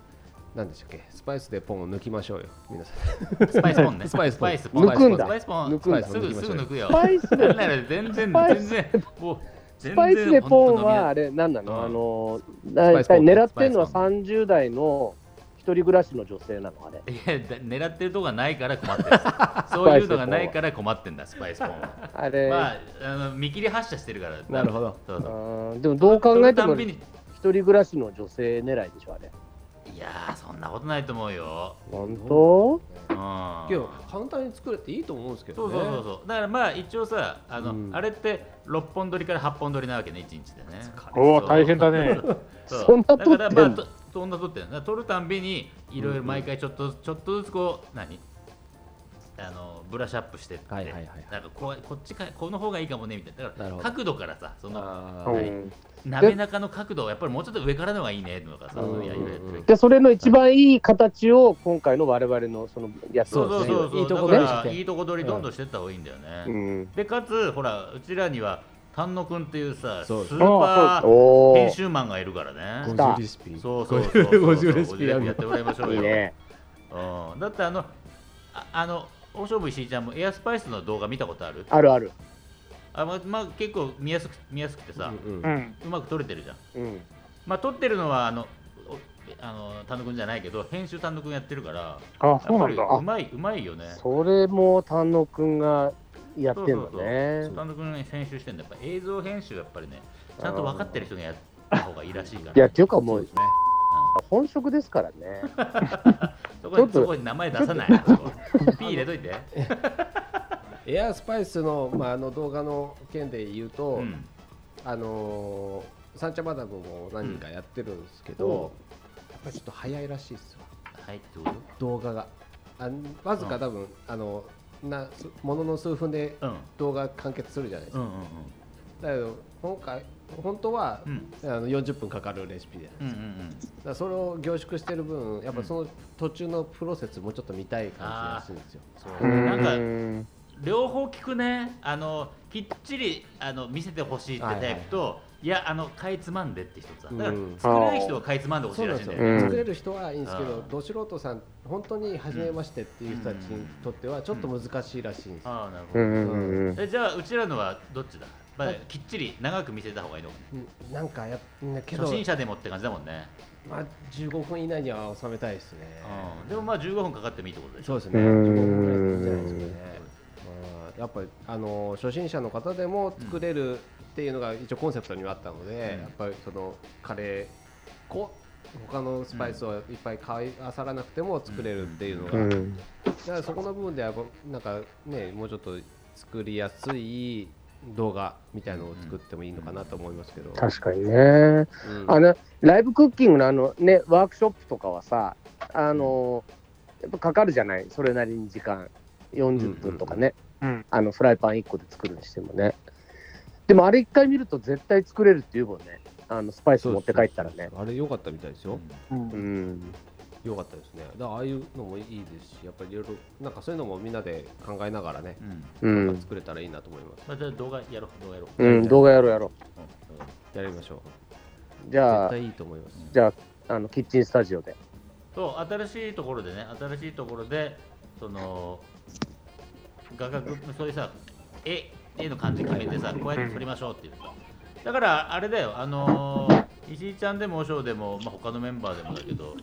[SPEAKER 3] 何でしたっけスパイスでポンを抜きましょうよ皆さん
[SPEAKER 4] スパイスポンね
[SPEAKER 3] スパイスポン
[SPEAKER 4] スポン
[SPEAKER 2] 抜くんだ
[SPEAKER 4] スパイスポン
[SPEAKER 2] 抜くんだ
[SPEAKER 4] スパイスポンすぐすぐ抜くよ
[SPEAKER 2] スパイスで
[SPEAKER 4] なんなら全然
[SPEAKER 2] パイス
[SPEAKER 4] 全然もう全
[SPEAKER 2] ス
[SPEAKER 4] 然
[SPEAKER 2] パイスでポン
[SPEAKER 4] 本当飲み
[SPEAKER 2] はあれ何な
[SPEAKER 4] うん
[SPEAKER 2] のあの
[SPEAKER 3] パイ
[SPEAKER 2] 大
[SPEAKER 3] スポン
[SPEAKER 2] 体狙ってんのは
[SPEAKER 4] スパイ
[SPEAKER 2] 30代の一人暮らしの女性なのあれ
[SPEAKER 4] いやだ狙ってるとこがないから困ってるんです そういうのがないから困ってんだスパイスポンは
[SPEAKER 2] あれ、
[SPEAKER 4] まああの見切り発車してるから
[SPEAKER 3] なるほど
[SPEAKER 4] そうそう
[SPEAKER 2] うんでもどう考えても
[SPEAKER 4] 撮るたんび
[SPEAKER 2] 一
[SPEAKER 4] に
[SPEAKER 2] 人暮らしの女性狙いでしょあれ
[SPEAKER 4] いやーそんなことないと思うよ
[SPEAKER 2] 本当
[SPEAKER 4] うん
[SPEAKER 3] けど簡単に作れていいと思うんですけ
[SPEAKER 4] そ
[SPEAKER 3] ど
[SPEAKER 4] う
[SPEAKER 3] ね
[SPEAKER 4] そうそうそうだからまあ一応さあの、
[SPEAKER 3] うん
[SPEAKER 4] あれって6本取りから8本取りなわけね1日でね
[SPEAKER 5] おお大変だね
[SPEAKER 4] そう
[SPEAKER 2] そんな撮ってんの
[SPEAKER 4] だからまあとそんな撮ってんのだから撮るたんびにいろいろ毎回ちょっとちょっとずつこう何あのブラッシュアップしてって、
[SPEAKER 3] はいはいはいはい
[SPEAKER 4] なんかこうこっちかこの方がいいかもねみたいなだか
[SPEAKER 3] な
[SPEAKER 4] ら
[SPEAKER 3] るほど
[SPEAKER 4] 角度からさその
[SPEAKER 3] あ
[SPEAKER 5] う
[SPEAKER 3] ー
[SPEAKER 5] ん
[SPEAKER 4] 鍋中の角度をやっぱりもうちょっと上からの方がいいねとかさ
[SPEAKER 3] うん
[SPEAKER 4] そういうやり方やってる
[SPEAKER 2] でそれの一番いい形を今回の我々のそのやつ
[SPEAKER 4] そ
[SPEAKER 2] を
[SPEAKER 4] うそうそうそう
[SPEAKER 3] いいとこ
[SPEAKER 4] だ
[SPEAKER 3] 取り
[SPEAKER 4] か
[SPEAKER 3] して
[SPEAKER 4] らいいとこ取りどんどんしてった方がいいんだよね、
[SPEAKER 2] うん、
[SPEAKER 4] でかつほらうちらには丹野くんっていうさス
[SPEAKER 3] そうです
[SPEAKER 4] ーパー
[SPEAKER 2] お
[SPEAKER 4] 編
[SPEAKER 2] ー
[SPEAKER 4] 集マンがいるからね
[SPEAKER 3] 50レシピ
[SPEAKER 4] そうそうそうそう
[SPEAKER 3] 50レシピや
[SPEAKER 4] や
[SPEAKER 3] る
[SPEAKER 4] ってもらいましょ
[SPEAKER 2] い
[SPEAKER 4] う
[SPEAKER 2] い
[SPEAKER 4] よ
[SPEAKER 2] ね
[SPEAKER 4] うん、だってあのああの大勝負石井ちゃんもエアスパイスの動画見たことある
[SPEAKER 2] あるある、
[SPEAKER 4] あ、ままあ、結構見やすく見やすくてさ、
[SPEAKER 3] うんうん
[SPEAKER 5] うん
[SPEAKER 4] うまく撮れてるじゃん
[SPEAKER 2] うん、
[SPEAKER 4] まあ撮ってるのはあのおあの単独じゃないけど編集単独やってるから
[SPEAKER 5] あそうなんだ
[SPEAKER 4] やっぱりうまいうまいよね
[SPEAKER 2] それも丹野くんがやってんのね
[SPEAKER 4] 単独の編集してんだやっぱ映像編集はやっぱりねちゃんと分かってる人がやった方がいいらしいから
[SPEAKER 2] いやっていうかもう
[SPEAKER 3] ね
[SPEAKER 2] 本職ですからね
[SPEAKER 4] そこ
[SPEAKER 2] ちょっ
[SPEAKER 4] に
[SPEAKER 2] と
[SPEAKER 4] そこに名前出さないなそこ P 入れといて
[SPEAKER 3] エアスパイスの,、まああの動画の件で言うと、
[SPEAKER 4] うん
[SPEAKER 3] あのー、サンチャマダムも何人かやってるんですけど、
[SPEAKER 4] うん
[SPEAKER 3] やっぱりちょっと早いらしいですよ
[SPEAKER 4] はいってこと
[SPEAKER 3] 動画があわずか多分、あのなすものの数分で
[SPEAKER 4] うん
[SPEAKER 3] 動画完結するじゃないです
[SPEAKER 4] う
[SPEAKER 3] か、
[SPEAKER 4] んうん
[SPEAKER 3] だけど今回本当は
[SPEAKER 4] う、ん
[SPEAKER 3] あの40分かかるレシピじゃない
[SPEAKER 4] うんうんうんうん
[SPEAKER 3] だからそれを凝縮してる分やっぱその途中のプロセスもうちょっと見たい感じらしいんですよ
[SPEAKER 4] そうなんか
[SPEAKER 2] うん
[SPEAKER 4] 両方聞くねあのきっちりあの見せてほしいってタイプと、いやあのかいつまんでって人つだだから
[SPEAKER 3] うん
[SPEAKER 4] 作れない人はかいつまんでほし
[SPEAKER 3] そ
[SPEAKER 4] いう
[SPEAKER 3] な
[SPEAKER 4] ら
[SPEAKER 3] ん
[SPEAKER 4] しい
[SPEAKER 3] で
[SPEAKER 4] ん
[SPEAKER 3] す
[SPEAKER 4] だ
[SPEAKER 3] よ、
[SPEAKER 4] よね
[SPEAKER 2] うん
[SPEAKER 3] 作れる人はいいんですけど、
[SPEAKER 4] うん
[SPEAKER 3] ど素人さん本当に初めましてっていう人たちにとってはちょっと難しいらしいんですよ、
[SPEAKER 4] ああなるほ
[SPEAKER 2] う
[SPEAKER 4] ど、
[SPEAKER 2] んうんうん
[SPEAKER 4] えじゃあうちらのはどっちだ、まあ、きっちり長く見せた方がいいのかな
[SPEAKER 3] うんなんかやうんけど
[SPEAKER 4] 初、心者でもって感じだもんね、
[SPEAKER 3] まあ、15分以内には収めたいですね、
[SPEAKER 4] うん、でもまあ15分かかってもいいってことでしょ
[SPEAKER 3] そうですね。
[SPEAKER 2] うーん
[SPEAKER 3] 15分ぐらいでいいんじゃないですかね。うんやっぱりあの初心者の方でも作れるっていうのが一応コンセプトにはあったので、
[SPEAKER 4] うん
[SPEAKER 3] やっぱりそのカレー粉他のスパイスをいっぱい買いあさらなくても作れるっていうのが、
[SPEAKER 2] う
[SPEAKER 3] だ
[SPEAKER 2] ん
[SPEAKER 3] からそこの部分ではなんかねもうちょっと作りやすい動画みたいのを作ってもいいのかなと思いますけど、
[SPEAKER 2] 確かにね
[SPEAKER 3] うん
[SPEAKER 2] あのライブクッキングのあの、ね、ワークショップとかはさ、あのやっぱかかるじゃない、それなりに時間、40分とかね、
[SPEAKER 5] うんうんうん
[SPEAKER 2] あのフライパン1個で作るにしてもね。でもあれ1回見ると絶対作れるっていうもんね、あのスパイス
[SPEAKER 3] そう
[SPEAKER 2] 持って帰ったらね。
[SPEAKER 3] そうそうあれ良かったみたいですよ。
[SPEAKER 5] うん
[SPEAKER 2] うん、
[SPEAKER 3] 良かったですね。だからああいうのもいいですし、やっぱりいろいろなんかそういうのもみんなで考えながらね、
[SPEAKER 4] うん
[SPEAKER 2] う
[SPEAKER 3] なんか
[SPEAKER 2] ん、
[SPEAKER 3] 作れたらいいなと思います。
[SPEAKER 4] まあ、じゃあ動画やろう動画やろう、
[SPEAKER 2] うん、動画やろうやろ
[SPEAKER 4] うん
[SPEAKER 3] やりましょう。
[SPEAKER 2] う。じゃ
[SPEAKER 3] 絶
[SPEAKER 2] あ、
[SPEAKER 3] 対いいと思います。
[SPEAKER 2] じゃあ、あのキッチンスタジオで。
[SPEAKER 4] と新しいところでね新しいところでその画角そういうさ絵絵の感じ決めてさこうやって撮りましょうっていうだからあれだよあのー石井ちゃんでも和尚でも、まあ、他のメンバーでもだけど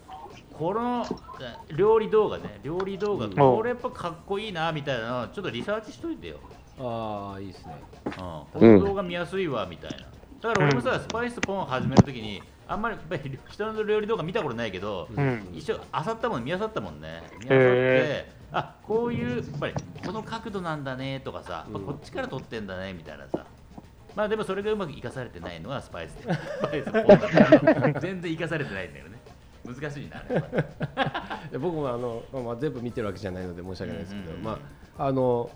[SPEAKER 4] このえ料理動画ね料理動画
[SPEAKER 3] うん
[SPEAKER 4] これやっぱかっこいいなみたいなのちょっとリサーチしといてよ、
[SPEAKER 3] ああ、いいですね。
[SPEAKER 4] うん、この動画見やすいわみたいなだから俺もさスパイスポン始めるときにあんまりやっぱり人の料理動画見たことないけど、
[SPEAKER 5] うん
[SPEAKER 4] 一応あさったもん見あさったもんね見あさって、
[SPEAKER 5] へ
[SPEAKER 4] あこういうやっぱりこの角度なんだねとかさ、
[SPEAKER 3] うん
[SPEAKER 4] こっちから撮ってんだねみたいなさまあでもそれがうまく生かされてないのがスパイス でスパイスポンだから全然生かされてないんだよね難しいなあれは
[SPEAKER 3] で僕もあの、まあ、全部見てるわけじゃないので申し訳ないですけど、
[SPEAKER 4] うんうんうん
[SPEAKER 3] まああの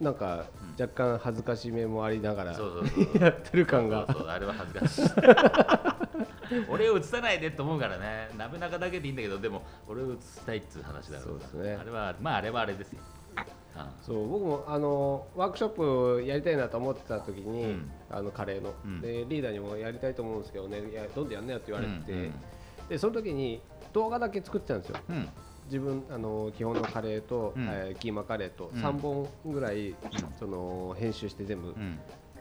[SPEAKER 3] なんか若干恥ずかしめもありながら、
[SPEAKER 4] そうそうそう
[SPEAKER 3] やってる感が
[SPEAKER 4] そうそうあれは恥ずかしい 俺を映さないでと思うからね鍋中だけでいいんだけどでも俺を映したいっつう話だからさ
[SPEAKER 3] そうですね
[SPEAKER 4] あれはまああれはあれですよ、うん
[SPEAKER 3] そう僕もあのワークショップやりたいなと思ってた時に、
[SPEAKER 4] うん
[SPEAKER 3] あのカレーの、
[SPEAKER 4] うん
[SPEAKER 3] でリーダーにもやりたいと思うんですけどねいやどんどんやんなよって言われて、
[SPEAKER 4] うんうん
[SPEAKER 3] でその時に動画だけ作ってたんですよ
[SPEAKER 4] うん
[SPEAKER 3] 自分あの基本のカレーと、
[SPEAKER 4] うん
[SPEAKER 3] えーキーマカレーと
[SPEAKER 4] うん
[SPEAKER 3] 3本ぐらい、その編集して全部、
[SPEAKER 4] うん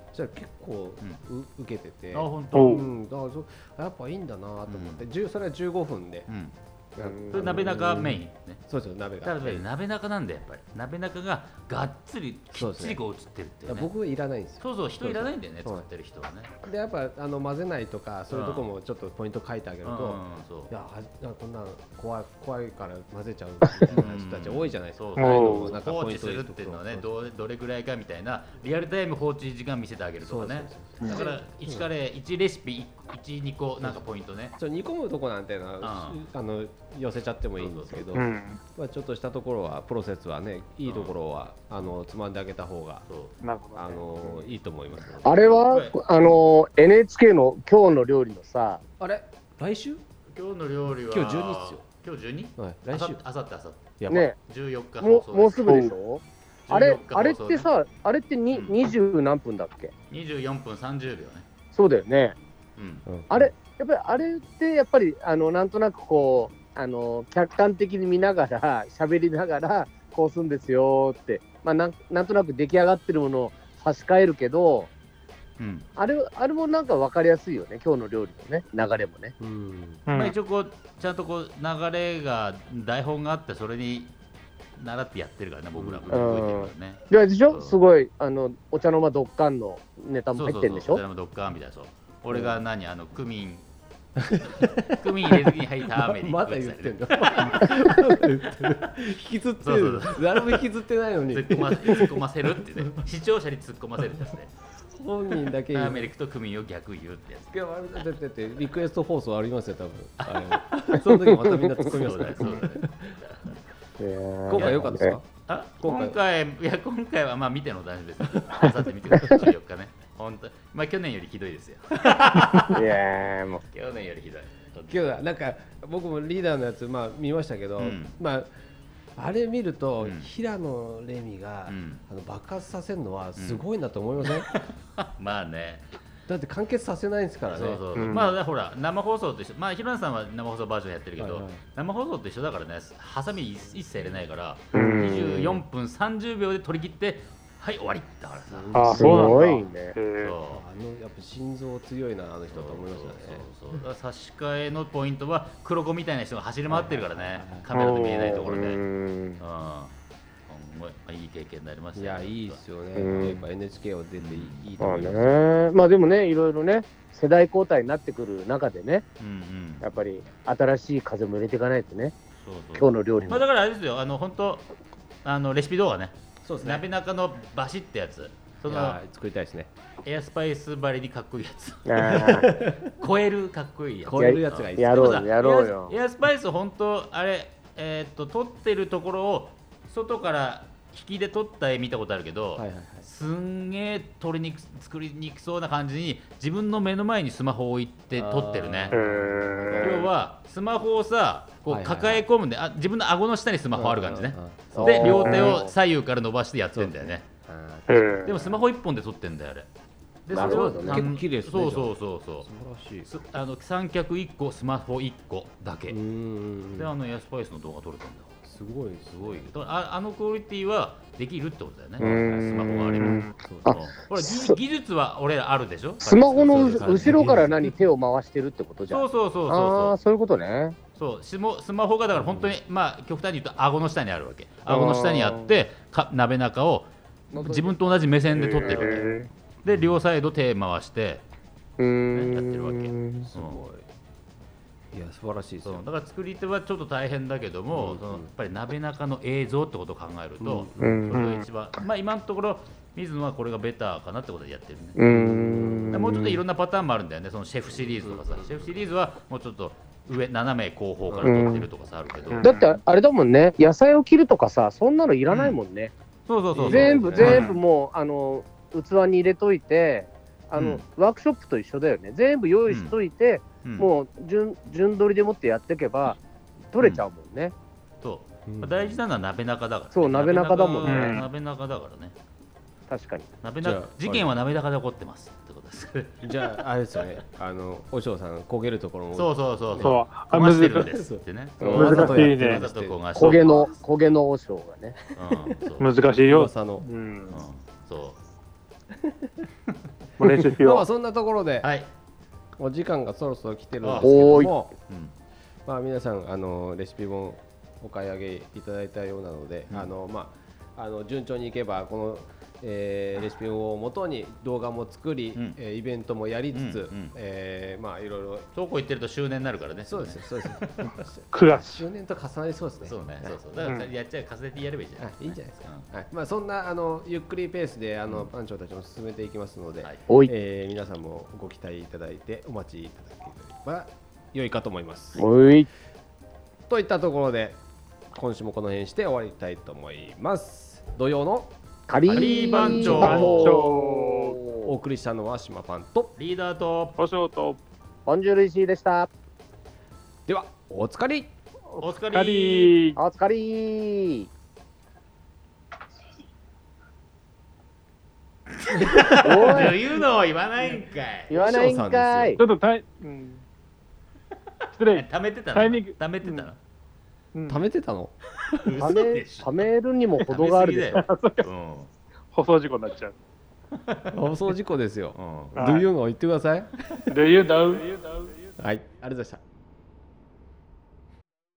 [SPEAKER 3] そしたら結構、う受けてて
[SPEAKER 4] あ本当
[SPEAKER 5] お
[SPEAKER 3] う
[SPEAKER 5] うん
[SPEAKER 3] だからそうやっぱいいんだなと思って、10それは15分で
[SPEAKER 4] うん
[SPEAKER 3] うん
[SPEAKER 4] それ鍋中メインね
[SPEAKER 3] そうですよ鍋
[SPEAKER 4] だか
[SPEAKER 3] が
[SPEAKER 4] らね鍋中なんだよやっぱり鍋中ががっつりき
[SPEAKER 3] そう
[SPEAKER 4] っ
[SPEAKER 3] です
[SPEAKER 4] ち
[SPEAKER 3] ね
[SPEAKER 4] りこう映ってるってい
[SPEAKER 3] だ
[SPEAKER 4] う
[SPEAKER 3] から
[SPEAKER 4] ね
[SPEAKER 3] 僕いらないんですよ
[SPEAKER 4] そうそう人いらないんだよね
[SPEAKER 3] そう
[SPEAKER 4] 作ってる人はね
[SPEAKER 3] でやっぱあの混ぜないとかそういうとこもちょっとポイント書いてあげ
[SPEAKER 4] う
[SPEAKER 3] る
[SPEAKER 4] ん
[SPEAKER 3] と、
[SPEAKER 4] そう
[SPEAKER 3] いやはなんかこんなの怖い怖いから混ぜちゃうみたいな人たち多いじゃないですか。
[SPEAKER 4] そう
[SPEAKER 5] ああいうのも
[SPEAKER 4] そう
[SPEAKER 3] なんか
[SPEAKER 4] 放
[SPEAKER 3] ポイ
[SPEAKER 4] 置
[SPEAKER 3] ン
[SPEAKER 4] す
[SPEAKER 3] トで
[SPEAKER 4] る
[SPEAKER 3] す
[SPEAKER 4] っ
[SPEAKER 3] と
[SPEAKER 4] ていうのはね
[SPEAKER 3] そう
[SPEAKER 4] どうどれぐらいかみたいなリアルタイム放置時間見せてあげるとかね
[SPEAKER 3] そうそう
[SPEAKER 4] だから1カレー1レシピ12個なんかポイントね
[SPEAKER 3] そうちょ煮込むとこなんていうのは、あの寄せちゃってもいいんですけど、
[SPEAKER 5] うん。
[SPEAKER 3] まあ、ちょっとしたところはプロセスはねいいところは、あのつまんであげた方が
[SPEAKER 4] そう
[SPEAKER 5] なるほどね。
[SPEAKER 3] あのいいと思いますので
[SPEAKER 2] あれは、
[SPEAKER 4] はい
[SPEAKER 2] あの NHK の「今日の料理」のさ
[SPEAKER 3] あれ来週
[SPEAKER 4] 今日の料理は
[SPEAKER 3] 今日12っすよ
[SPEAKER 4] 今日 12?
[SPEAKER 3] はい
[SPEAKER 4] あ
[SPEAKER 3] 来
[SPEAKER 4] さ
[SPEAKER 3] 週
[SPEAKER 4] あさってあさっ
[SPEAKER 3] やばい、
[SPEAKER 2] ね
[SPEAKER 4] て14日放
[SPEAKER 2] も
[SPEAKER 4] 送
[SPEAKER 2] うもうすぐでしょあれ
[SPEAKER 4] 14日
[SPEAKER 2] あれっ
[SPEAKER 4] 放送
[SPEAKER 2] て
[SPEAKER 4] ね
[SPEAKER 2] さあれってに
[SPEAKER 4] うん
[SPEAKER 2] 20何分だっけ
[SPEAKER 4] 24分30秒ね
[SPEAKER 2] そうだよね
[SPEAKER 4] うん
[SPEAKER 3] うん
[SPEAKER 2] あれやっぱりあれってやっぱりあのなんとなくこうあの客観的に見ながら喋りながらこうするんですよって、まあ、なんなんとなく出来上がってるものを差し替えるけど
[SPEAKER 4] うん
[SPEAKER 2] あれあれもなんか分かりやすいよね今日の料理のね流れもね。
[SPEAKER 3] うん
[SPEAKER 5] うん
[SPEAKER 4] まあ、一応こうちゃんとこう流れが台本があってそれに習ってやってるからね僕らも動いてるからね。
[SPEAKER 2] であれでし
[SPEAKER 4] う
[SPEAKER 2] ょ
[SPEAKER 4] ん
[SPEAKER 2] すごいあのお茶の間ドッカンのネタ
[SPEAKER 4] そ
[SPEAKER 2] も入
[SPEAKER 4] うそ
[SPEAKER 2] っ
[SPEAKER 4] う
[SPEAKER 2] てるんでしょ
[SPEAKER 4] そうドラムドッカーンみたいなそう。俺が何あのクミンクミン入れずに入ったアーメリ
[SPEAKER 3] ま
[SPEAKER 4] カ
[SPEAKER 3] まだ言ってん
[SPEAKER 4] だ。
[SPEAKER 3] だまだ言ってる 引きずって
[SPEAKER 4] そう
[SPEAKER 3] る
[SPEAKER 4] そう
[SPEAKER 3] 誰も引きずってないのに
[SPEAKER 4] 突っ込ませ突っ込ませるってね 視聴者に突っ込ませるんですね。
[SPEAKER 3] 本人だけ
[SPEAKER 4] ア
[SPEAKER 3] 言
[SPEAKER 4] ー
[SPEAKER 3] う
[SPEAKER 4] メリクとクミンを逆言うってやつ。
[SPEAKER 3] いや、あれだってだってリクエスト放送ありますよ、多分。あ れその時またみんな突っ込みます
[SPEAKER 4] そ
[SPEAKER 3] か
[SPEAKER 4] うだ
[SPEAKER 3] ら
[SPEAKER 4] ね。そうだね。
[SPEAKER 3] 今回良かったですか
[SPEAKER 4] あ
[SPEAKER 3] 今
[SPEAKER 4] 今
[SPEAKER 3] 回
[SPEAKER 4] 回いや今回はまあ見ての大丈夫です。あさって見てください。14日ね。本当まあ去年よりひどいですよ。
[SPEAKER 2] いやーもう
[SPEAKER 4] 去年よりひどい。
[SPEAKER 3] 今日はなんか僕もリーダーのやつ、まあ、見ましたけど、
[SPEAKER 4] うん
[SPEAKER 3] まあ、あれ見ると、
[SPEAKER 4] うん
[SPEAKER 3] 平野レミが、
[SPEAKER 4] うん
[SPEAKER 3] あの爆発させるのはすごいなと思いませ ん、
[SPEAKER 4] まあね。
[SPEAKER 3] だって完結させないんですからね。
[SPEAKER 4] そうそうそう
[SPEAKER 5] うん
[SPEAKER 4] まあねほら生放送と一緒まあひろなさんは生放送バージョンやってるけど、
[SPEAKER 3] はいはい
[SPEAKER 4] 生放送と一緒だからねハサミ一切入れないから
[SPEAKER 5] うん
[SPEAKER 4] 24分30秒で取り切ってはい終わりだからさ、
[SPEAKER 5] あ
[SPEAKER 2] す
[SPEAKER 5] そうなんだ
[SPEAKER 2] ごいね
[SPEAKER 5] へー
[SPEAKER 4] そ
[SPEAKER 3] あ
[SPEAKER 4] う
[SPEAKER 3] のやっぱ心臓強いな、あの人と思いましたね。
[SPEAKER 4] そうそうそうだから差し替えのポイントは黒子みたいな人が走り回ってるから
[SPEAKER 3] はい
[SPEAKER 4] ね
[SPEAKER 3] はいはい
[SPEAKER 4] カメラで見えないところで
[SPEAKER 2] う
[SPEAKER 4] うん
[SPEAKER 2] ん
[SPEAKER 4] すごいまあいい経験になりまし
[SPEAKER 3] い
[SPEAKER 4] たよ
[SPEAKER 3] や、いいですよ
[SPEAKER 2] うん
[SPEAKER 3] ね。やっぱ NHK を出ていいいいと
[SPEAKER 2] ま
[SPEAKER 3] 思
[SPEAKER 2] あ
[SPEAKER 3] います。
[SPEAKER 2] ねまあでもねいろいろね世代交代になってくる中でね
[SPEAKER 4] うんうん
[SPEAKER 2] やっぱり新しい風も入れていかないとね
[SPEAKER 4] そうそう
[SPEAKER 2] 今日の料理
[SPEAKER 4] ま
[SPEAKER 2] も
[SPEAKER 4] あだからあれですよあの本当あのレシピ動画ね
[SPEAKER 3] そうですね。
[SPEAKER 4] 鍋中のバシってやつそ
[SPEAKER 3] い
[SPEAKER 4] の
[SPEAKER 3] や作りたいですね。
[SPEAKER 4] エアスパイスばりにかっこいいやつ
[SPEAKER 2] あ
[SPEAKER 4] 超えるかっこいいやつ
[SPEAKER 3] 超えるやつがいいで
[SPEAKER 2] ー
[SPEAKER 3] すね
[SPEAKER 2] やろ
[SPEAKER 4] でも
[SPEAKER 2] う
[SPEAKER 4] さ
[SPEAKER 2] よやろうよ
[SPEAKER 4] エアエアスパイス本当あれえーっと取ってるところを外から引きで取った絵見たことあるけど、
[SPEAKER 3] はいはいはい。
[SPEAKER 4] すんげえ取りにく作りにくそうな感じに自分の目の前にスマホを置いて撮ってるね
[SPEAKER 5] へ
[SPEAKER 4] 要
[SPEAKER 5] ー
[SPEAKER 4] はスマホをさこ
[SPEAKER 3] は
[SPEAKER 4] う
[SPEAKER 3] いはいはい
[SPEAKER 4] 抱え込むんで、あ自分の顎の下にスマホある感じね、
[SPEAKER 3] うんうんうん
[SPEAKER 4] で両手を左右から伸ばしてやってんだよね
[SPEAKER 3] あ
[SPEAKER 5] へ
[SPEAKER 3] ー
[SPEAKER 5] ー
[SPEAKER 4] でもスマホ一本で撮ってんだよあれで
[SPEAKER 2] なるほどね
[SPEAKER 4] それを
[SPEAKER 3] 結構綺麗ですね
[SPEAKER 4] そうそうそうそう
[SPEAKER 3] 素晴らし
[SPEAKER 4] すあの三脚1個スマホ1個だ
[SPEAKER 3] い。
[SPEAKER 4] け、
[SPEAKER 3] うん
[SPEAKER 4] であのエアスパイスの動画撮れたんだ
[SPEAKER 3] すごいです
[SPEAKER 4] すごいよだからああのクオリティはできるってことだよね
[SPEAKER 2] うん
[SPEAKER 4] スマホがあればそうそうほら技技術は俺らあるでしょ
[SPEAKER 2] スマホの
[SPEAKER 4] そうそう
[SPEAKER 2] 後ろから何手を回してるってことじゃん
[SPEAKER 4] そうそうそう
[SPEAKER 2] あ
[SPEAKER 4] そ
[SPEAKER 2] あ
[SPEAKER 4] う
[SPEAKER 2] そういうことね
[SPEAKER 4] そうスマスマホがだから本当に、まあ極端に言うと顎の下にあるわけ顎の下にあってか鍋中を自分と同じ目線で撮ってるわけ
[SPEAKER 5] へ
[SPEAKER 4] で両サイド手回して、
[SPEAKER 2] うーん
[SPEAKER 4] やってるわけ
[SPEAKER 3] すごい。いや素晴らしいです
[SPEAKER 4] そう
[SPEAKER 3] よ。
[SPEAKER 4] だから作り手はちょっと大変だけども、
[SPEAKER 3] うん
[SPEAKER 4] そのやっぱり鍋中の映像ってことを考えると、
[SPEAKER 2] う
[SPEAKER 4] それ
[SPEAKER 2] ん
[SPEAKER 4] が一番、まあ、今のところ水野はこれがベターかなってことでやってるね、
[SPEAKER 2] うーん
[SPEAKER 4] もうちょっといろんなパターンもあるんだよねそのシェフシリーズとかさ、シェフシリーズはもうちょっと上斜め後方から撮ってるとかさあるけど、
[SPEAKER 5] うん
[SPEAKER 2] だってあれだもんね野菜を切るとかさそんなのいらないもんね、
[SPEAKER 4] そうそうそうそう
[SPEAKER 2] 全部
[SPEAKER 4] うん
[SPEAKER 2] 全部もうあの器に入れといてあの、
[SPEAKER 4] うん
[SPEAKER 2] ワークショップと一緒だよね全部用意しといて、
[SPEAKER 4] うん
[SPEAKER 2] もう順順取りでもってやっていけば取れちゃうもんね、
[SPEAKER 4] そう
[SPEAKER 3] うん
[SPEAKER 4] まあ大事なのは鍋中だから、
[SPEAKER 2] そう鍋中だもん
[SPEAKER 5] ね
[SPEAKER 4] 鍋中鍋中だからね
[SPEAKER 2] 確かに
[SPEAKER 4] 鍋
[SPEAKER 3] じゃ
[SPEAKER 4] 中
[SPEAKER 3] あ
[SPEAKER 4] 事件は鍋中で起こってますってことです
[SPEAKER 3] じゃああれですよね。あのお嬢さん焦げるところも。
[SPEAKER 4] そうそうそうそう
[SPEAKER 5] ーそうあ
[SPEAKER 4] 焦が
[SPEAKER 5] 難
[SPEAKER 4] してるん
[SPEAKER 5] し
[SPEAKER 4] ですってね
[SPEAKER 3] そう
[SPEAKER 5] 難し
[SPEAKER 3] わ
[SPEAKER 5] い
[SPEAKER 3] ざとやってる
[SPEAKER 5] ね
[SPEAKER 4] わざと焦がして
[SPEAKER 2] 焦げの焦げの王将がね
[SPEAKER 4] うんそう
[SPEAKER 5] い難しいよ。
[SPEAKER 3] 噂の
[SPEAKER 5] う。
[SPEAKER 4] うんん。そ
[SPEAKER 5] もう練習し
[SPEAKER 3] まあま
[SPEAKER 5] よ
[SPEAKER 3] あそんなところで
[SPEAKER 4] うはい
[SPEAKER 3] お時間がそろそろ来てるんですけども、
[SPEAKER 4] うん
[SPEAKER 3] まあ、皆さんあのレシピ本お買い上げいただいたようなので、
[SPEAKER 4] うん
[SPEAKER 3] あのまあ、あの順調にいけばこの、えーレシピ本をもとに動画も作り、
[SPEAKER 4] うん
[SPEAKER 3] えーイベントもやりつつ、
[SPEAKER 4] うんうん
[SPEAKER 3] えーまあ、いろいろ
[SPEAKER 4] そうこう言ってると周年になるからね。
[SPEAKER 3] そうですよそうです よ
[SPEAKER 5] クラッシュ。
[SPEAKER 3] 周年と重なりそうですね。
[SPEAKER 4] そうね。そうそう。
[SPEAKER 3] は
[SPEAKER 4] だから
[SPEAKER 5] うん
[SPEAKER 4] やっちゃう重ねてやればいいじゃない。
[SPEAKER 3] い、いいんじゃないですか。はい、まあそんなあのゆっくりペースであの、番長たちも進めていきますので、
[SPEAKER 4] はい。
[SPEAKER 2] おい。
[SPEAKER 3] えー皆さんもご期待いただいてお待ちいただければ良いかと思います。
[SPEAKER 2] おい。
[SPEAKER 3] といったところで今週もこの辺して終わりたいと思います。土曜の
[SPEAKER 2] カリ
[SPEAKER 4] カリー番長
[SPEAKER 2] 番
[SPEAKER 3] お
[SPEAKER 2] 長。
[SPEAKER 3] 送りしたのは島パンと
[SPEAKER 4] リーダーと
[SPEAKER 5] 保証と
[SPEAKER 2] ボンジュール石井でした。
[SPEAKER 3] ではお疲れ
[SPEAKER 4] お疲
[SPEAKER 5] カ
[SPEAKER 4] れ。
[SPEAKER 5] リー。
[SPEAKER 2] お疲れ。おい。
[SPEAKER 4] 言うのを言わないんかい。
[SPEAKER 2] 言わないんかい
[SPEAKER 5] ち。ょっとタイ、うん、失礼。
[SPEAKER 4] 貯めてたの。
[SPEAKER 5] タイミング
[SPEAKER 4] 貯めてたの。
[SPEAKER 5] うん
[SPEAKER 3] 貯めてたの
[SPEAKER 2] た
[SPEAKER 4] 嘘
[SPEAKER 2] め、
[SPEAKER 4] でしょ
[SPEAKER 2] ためるにも程があるでしょ。
[SPEAKER 4] 食べ過ぎだよ
[SPEAKER 5] 放送事故になっちゃう。
[SPEAKER 3] 放送事故ですよ。
[SPEAKER 4] うん。うん。
[SPEAKER 3] 土曜の言ってください。
[SPEAKER 5] Do you know?
[SPEAKER 3] はい、ありがとうございました。